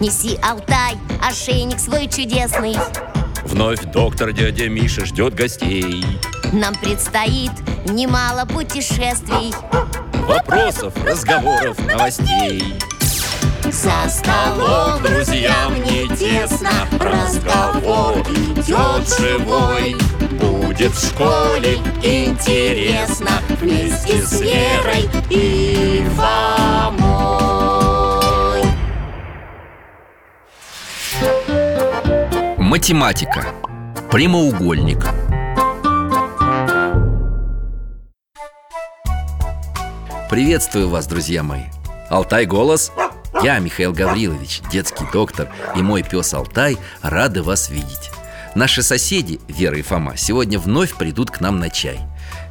Неси, Алтай, ошейник свой чудесный Вновь доктор дядя Миша ждет гостей Нам предстоит немало путешествий Вопросов, разговоров, новостей За Алло, столом, друзьям не тесно Разговор идет живой Будет в школе интересно Вместе с Верой и Фомой Математика. Прямоугольник. Приветствую вас, друзья мои. Алтай голос. Я Михаил Гаврилович, детский доктор, и мой пес Алтай рады вас видеть. Наши соседи, Вера и Фома, сегодня вновь придут к нам на чай.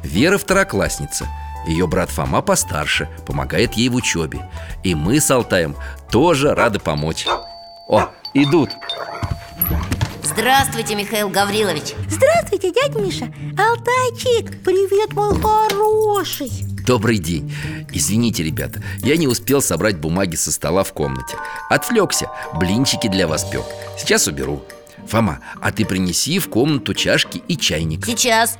Вера второклассница. Ее брат Фома постарше, помогает ей в учебе. И мы с Алтаем тоже рады помочь. О, идут. Здравствуйте, Михаил Гаврилович Здравствуйте, дядь Миша Алтайчик, привет, мой хороший Добрый день. Извините, ребята, я не успел собрать бумаги со стола в комнате. Отвлекся, блинчики для вас пек. Сейчас уберу. Фома, а ты принеси в комнату чашки и чайник. Сейчас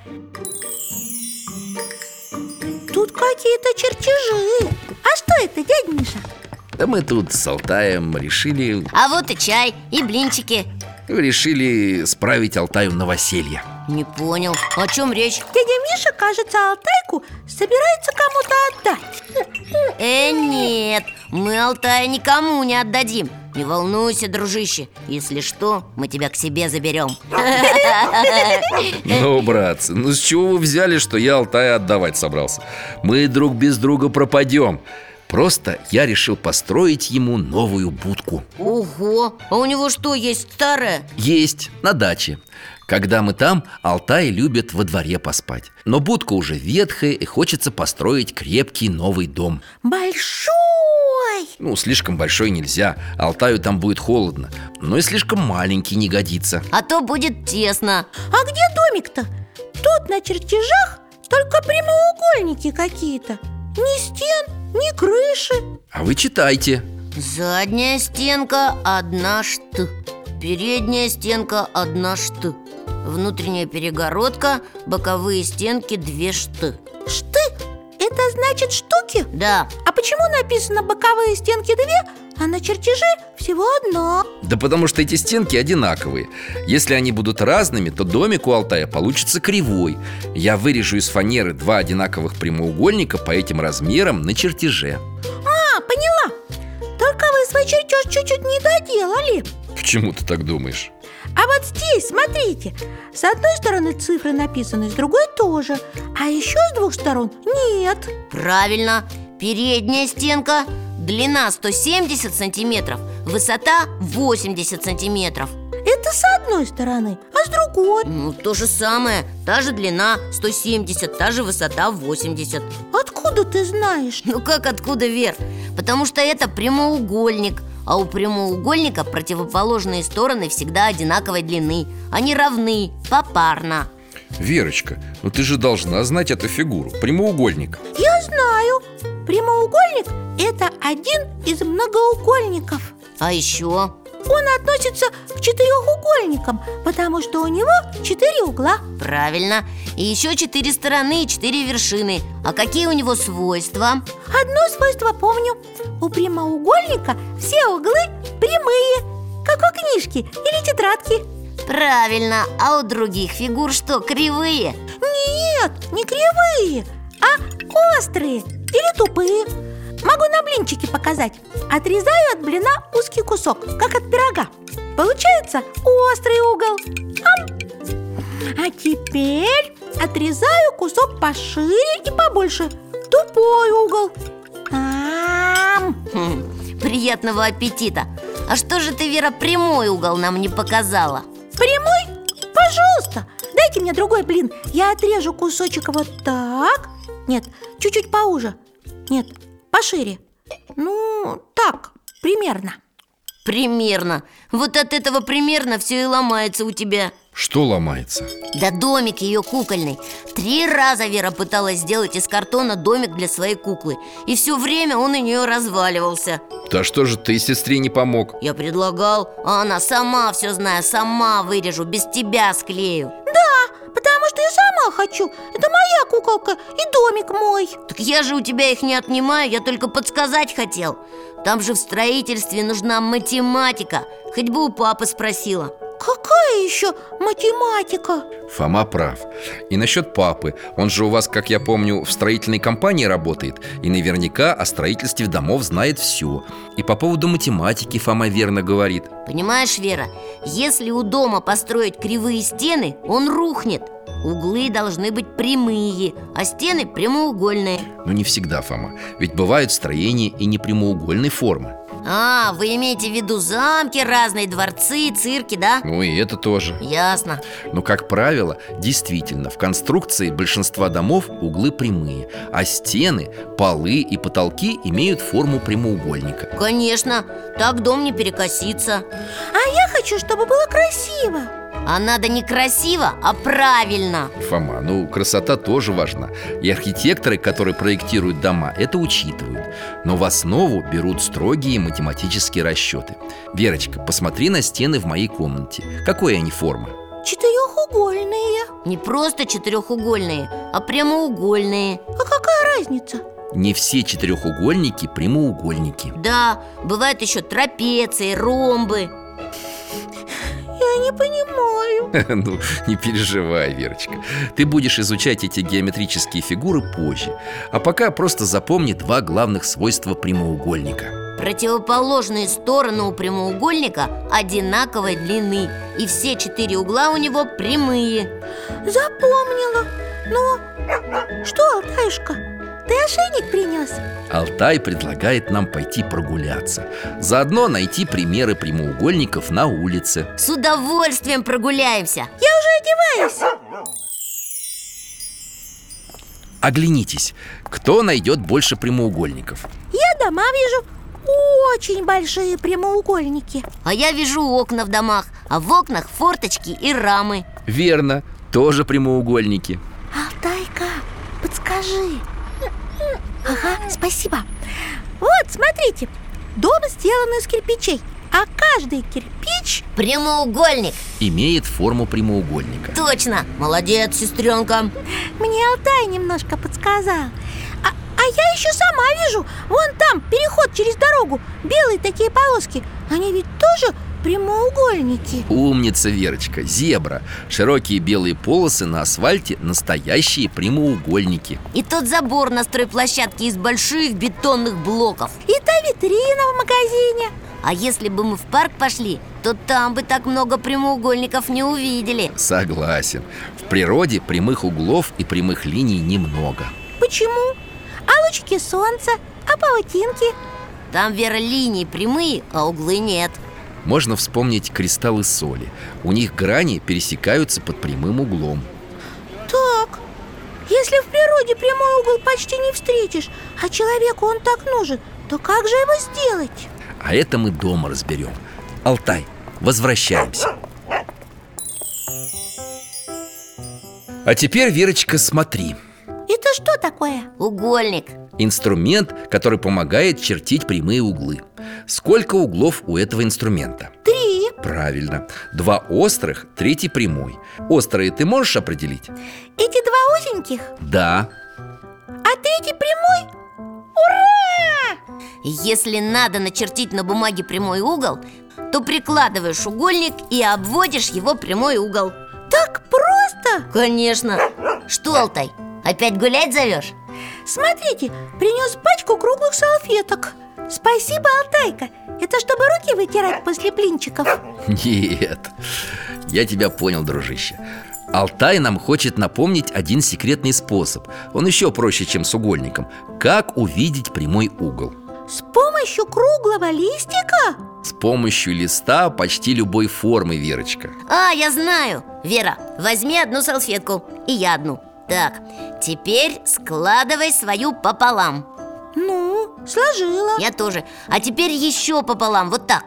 Тут какие-то чертежи А что это, дядь Миша? Да мы тут с Алтаем решили... А вот и чай, и блинчики Решили справить Алтаю новоселье. Не понял, о чем речь? Дядя Миша, кажется, Алтайку собирается кому-то отдать Э, нет, мы Алтая никому не отдадим Не волнуйся, дружище Если что, мы тебя к себе заберем Ну, братцы, ну с чего вы взяли, что я Алтая отдавать собрался? Мы друг без друга пропадем. Просто я решил построить ему новую будку. Ого, а у него что, есть старое? Есть, на даче Когда мы там, Алтай любит во дворе поспать Но будка уже ветхая и хочется построить крепкий новый дом Большой Ну, слишком большой нельзя, Алтаю там будет холодно Но и слишком маленький не годится А то будет тесно А где домик-то? Тут на чертежах только прямоугольники какие-то Ни стен, ни крыши А вы читайте Задняя стенка одна шт Передняя стенка одна шт Внутренняя перегородка, боковые стенки две шт Шты? Это значит штуки? Да, А почему написано боковые стенки две, а на чертеже всего одно? Да потому что эти стенки одинаковые Если они будут разными, то домик у Алтая получится кривой Я вырежу из фанеры два одинаковых прямоугольника по этим размерам на чертеже А, поняла! Только вы свой чертеж чуть-чуть не доделали Почему ты так думаешь? А вот здесь, смотрите С одной стороны цифры написаны, с другой тоже А еще с двух сторон нет правильно Передняя стенка Длина 170 сантиметров Высота 80 сантиметров Это с одной стороны, а с другой Ну, то же самое Та же длина 170, та же высота 80 Откуда ты знаешь? Ну как откуда вверх? Потому что это прямоугольник А у прямоугольника противоположные стороны всегда одинаковой длины Они равны, попарно Верочка, ну ты же должна знать эту фигуру Прямоугольник Я знаю Прямоугольник – это один из многоугольников А еще? Он относится к четырехугольникам, потому что у него четыре угла. Правильно И еще четыре стороны и четыре вершины А какие у него свойства? Одно свойство помню. У прямоугольника все углы прямые, как у книжки или тетрадки. Правильно, а у других фигур что, кривые? Нет, не кривые, а острые или тупые. Могу на блинчике показать. Отрезаю от блина узкий кусок, как от пирога. Получается острый угол. Ам! А теперь отрезаю кусок пошире и побольше. Тупой угол. Ам! Хм, приятного аппетита А что же ты, Вера, прямой угол нам не показала? Прямой? Пожалуйста, дайте мне другой блин. Я отрежу кусочек вот так. Нет, чуть-чуть поуже. Нет, пошире. Ну, так, примерно. Примерно. Вот от этого примерно все и ломается у тебя. Что ломается? Да домик ее кукольный Три раза Вера пыталась сделать из картона домик для своей куклы И все время он у нее разваливался Да что же ты сестре не помог? Я предлагал, а она сама все знаю, сама вырежу, без тебя склею Потому что я сама хочу Это моя куколка и домик мой Так я же у тебя их не отнимаю, я только подсказать хотел Там же в строительстве нужна математика Хоть бы у папы спросила Какая еще математика? Фома прав. И насчет папы. Он же у вас, как я помню, в строительной компании работает. И наверняка о строительстве домов знает все. И по поводу математики Фома верно говорит. Понимаешь, Вера, если у дома построить кривые стены, он рухнет Углы должны быть прямые, а стены прямоугольные Но Ну, не всегда, Фома. Ведь бывают строения и не прямоугольной формы. А, вы имеете в виду замки, разные дворцы, цирки, да? Ну и это тоже. Ясно Но, как правило, действительно, в конструкции большинства домов углы прямые, а стены, полы и потолки имеют форму прямоугольника. Конечно, так дом не перекосится А я хочу, чтобы было красиво А надо не красиво, а правильно Фома, ну красота тоже важна. И архитекторы, которые проектируют дома, это учитывают. Но в основу берут строгие математические расчеты. Верочка, посмотри на стены в моей комнате. Какой они формы? Четырехугольные Не просто четырехугольные, а прямоугольные А какая разница? Не все четырехугольники прямоугольники. Да, бывают еще трапеции, ромбы Я не понимаю Ну, не переживай, Верочка Ты будешь изучать эти геометрические фигуры позже А пока просто запомни два главных свойства прямоугольника Противоположные стороны у прямоугольника одинаковой длины И все четыре угла у него прямые Запомнила Но что, Алтаюшка, ты ошейник принес? Алтай предлагает нам пойти прогуляться Заодно найти примеры прямоугольников на улице С удовольствием прогуляемся Я уже одеваюсь Оглянитесь, кто найдет больше прямоугольников? Я дома вижу очень большие прямоугольники А я вижу окна в домах, а в окнах форточки и рамы Верно, тоже прямоугольники Алтайка, подскажи Ага, спасибо Вот, смотрите Дом сделан из кирпичей А каждый кирпич Прямоугольник, Имеет форму прямоугольника точно Молодец, сестренка мне Алтай немножко подсказал а, а я еще сама вижу Вон там переход через дорогу Белые такие полоски Они ведь тоже прямоугольники Умница, Верочка, зебра Широкие белые полосы на асфальте Настоящие прямоугольники И тот забор на стройплощадке из больших бетонных блоков И та витрина в магазине А если бы мы в парк пошли, то там бы так много прямоугольников не увидели Согласен. В природе прямых углов и прямых линий немного. Почему? А лучики солнца? А паутинки? Там, Вера, линии прямые, а углы нет Можно вспомнить кристаллы соли. У них грани пересекаются под прямым углом. Так, если в природе прямой угол почти не встретишь, а человеку он так нужен, то как же его сделать? А это мы дома разберем. Алтай, возвращаемся. А теперь, Верочка, смотри. Это что такое? Угольник Инструмент, который помогает чертить прямые углы. Сколько углов у этого инструмента? Три. Правильно. Два острых, третий прямой. Острые ты можешь определить? Эти два узеньких, Да, а третий прямой? Если надо начертить на бумаге прямой угол, то прикладываешь угольник и обводишь его прямой угол Так просто! Конечно Что, Алтай, опять гулять зовешь? Смотрите, принес пачку круглых салфеток. Спасибо, Алтайка. Это чтобы руки вытирать после блинчиков. Нет, я тебя понял, дружище Алтай нам хочет напомнить один секретный способ Он еще проще, чем с угольником Как увидеть прямой угол С помощью круглого листика? С помощью листа почти любой формы, Верочка А, я знаю Вера, возьми одну салфетку И я одну Так, теперь складывай свою пополам Ну, сложила. Я тоже А теперь еще пополам, вот так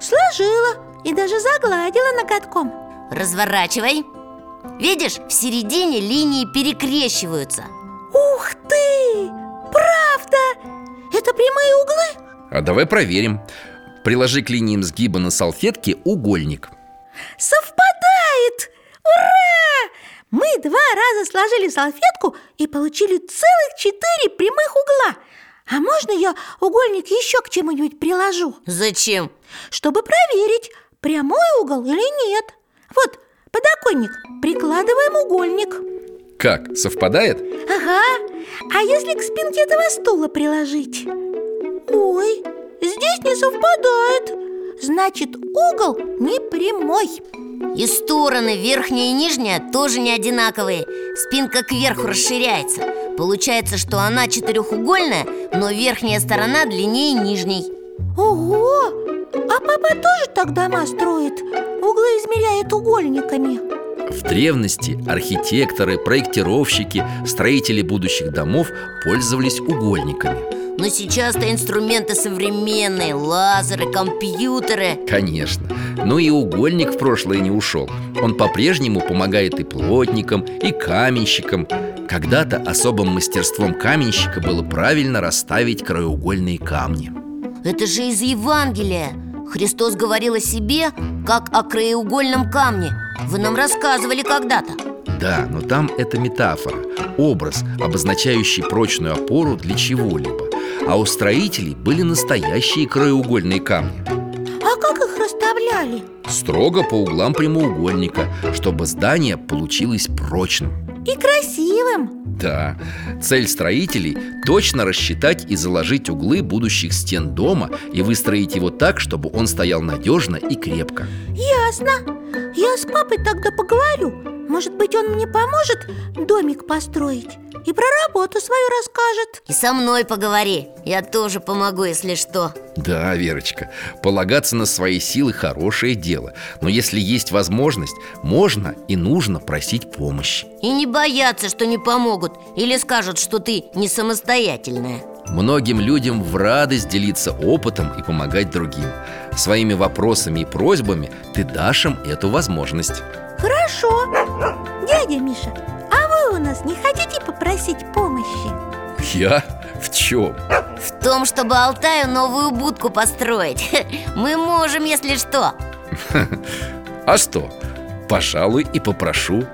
сложила и даже загладила ноготком. Разворачивай Видишь, в середине линии перекрещиваются Ух ты! Правда! Это прямые углы? А давай проверим. Приложи к линиям сгиба на салфетке угольник. Совпадает! Ура! Мы два раза сложили салфетку и получили целых четыре прямых угла. А можно я угольник еще к чему-нибудь приложу? Зачем? чтобы проверить, прямой угол или нет. Вот, подоконник, прикладываем угольник. Как? Совпадает? Ага, а если к спинке этого стула приложить? Ой, здесь не совпадает. Значит, угол не прямой. И стороны верхняя и нижняя тоже не одинаковые Спинка кверху расширяется Получается, что она четырехугольная, но верхняя сторона длиннее нижней Ого! А папа тоже так дома строит? Углы измеряет угольниками. В древности архитекторы, проектировщики, строители будущих домов пользовались угольниками. Но сейчас-то инструменты современные Лазеры, компьютеры Конечно. Но и угольник в прошлое не ушел. Он по-прежнему помогает и плотникам, и каменщикам. Когда-то особым мастерством каменщика было правильно расставить краеугольные камни. Это же из Евангелия Христос говорил о себе, как о краеугольном камне Вы нам рассказывали когда-то Да, но там это метафора, образ, обозначающий прочную опору для чего-либо. А у строителей были настоящие краеугольные камни. А как их расставляли? Строго по углам прямоугольника, чтобы здание получилось прочным. И красивым. Да, цель строителей – точно рассчитать и заложить углы будущих стен дома и выстроить его так, чтобы он стоял надежно и крепко. Ясно. Я с папой тогда поговорю. Может быть, он мне поможет домик построить и про работу свою расскажет. И со мной поговори Я тоже помогу, если что Да, Верочка, полагаться на свои силы – хорошее дело, но если есть возможность, можно и нужно просить помощи. И не бояться, что не помогут Или скажут, что ты не самостоятельная Многим людям в радость делиться опытом и помогать другим. Своими вопросами и просьбами ты дашь им эту возможность. Хорошо. Дядя Миша, а вы у нас не хотите попросить помощи? Я? В чем? В том, чтобы Алтаю новую будку построить Мы можем, если что А что? Пожалуй, и попрошу.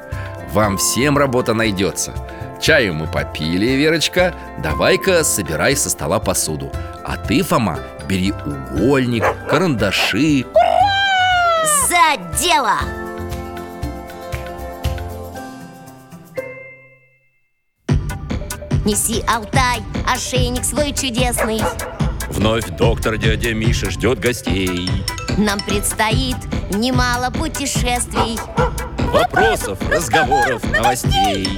Вам всем работа найдется. Чаю мы попили, Верочка. Давай-ка собирай со стола посуду. А ты, Фома, бери угольник, карандаши. За дело! Неси, Алтай, ошейник свой чудесный Вновь доктор дядя Миша ждет гостей Нам предстоит немало путешествий Вопросов, разговоров, новостей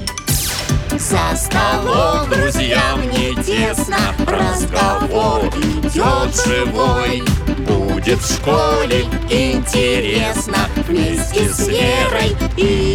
За Столом друзьям не тесно Разговор идет живой Будет в школе интересно Вместе с Верой и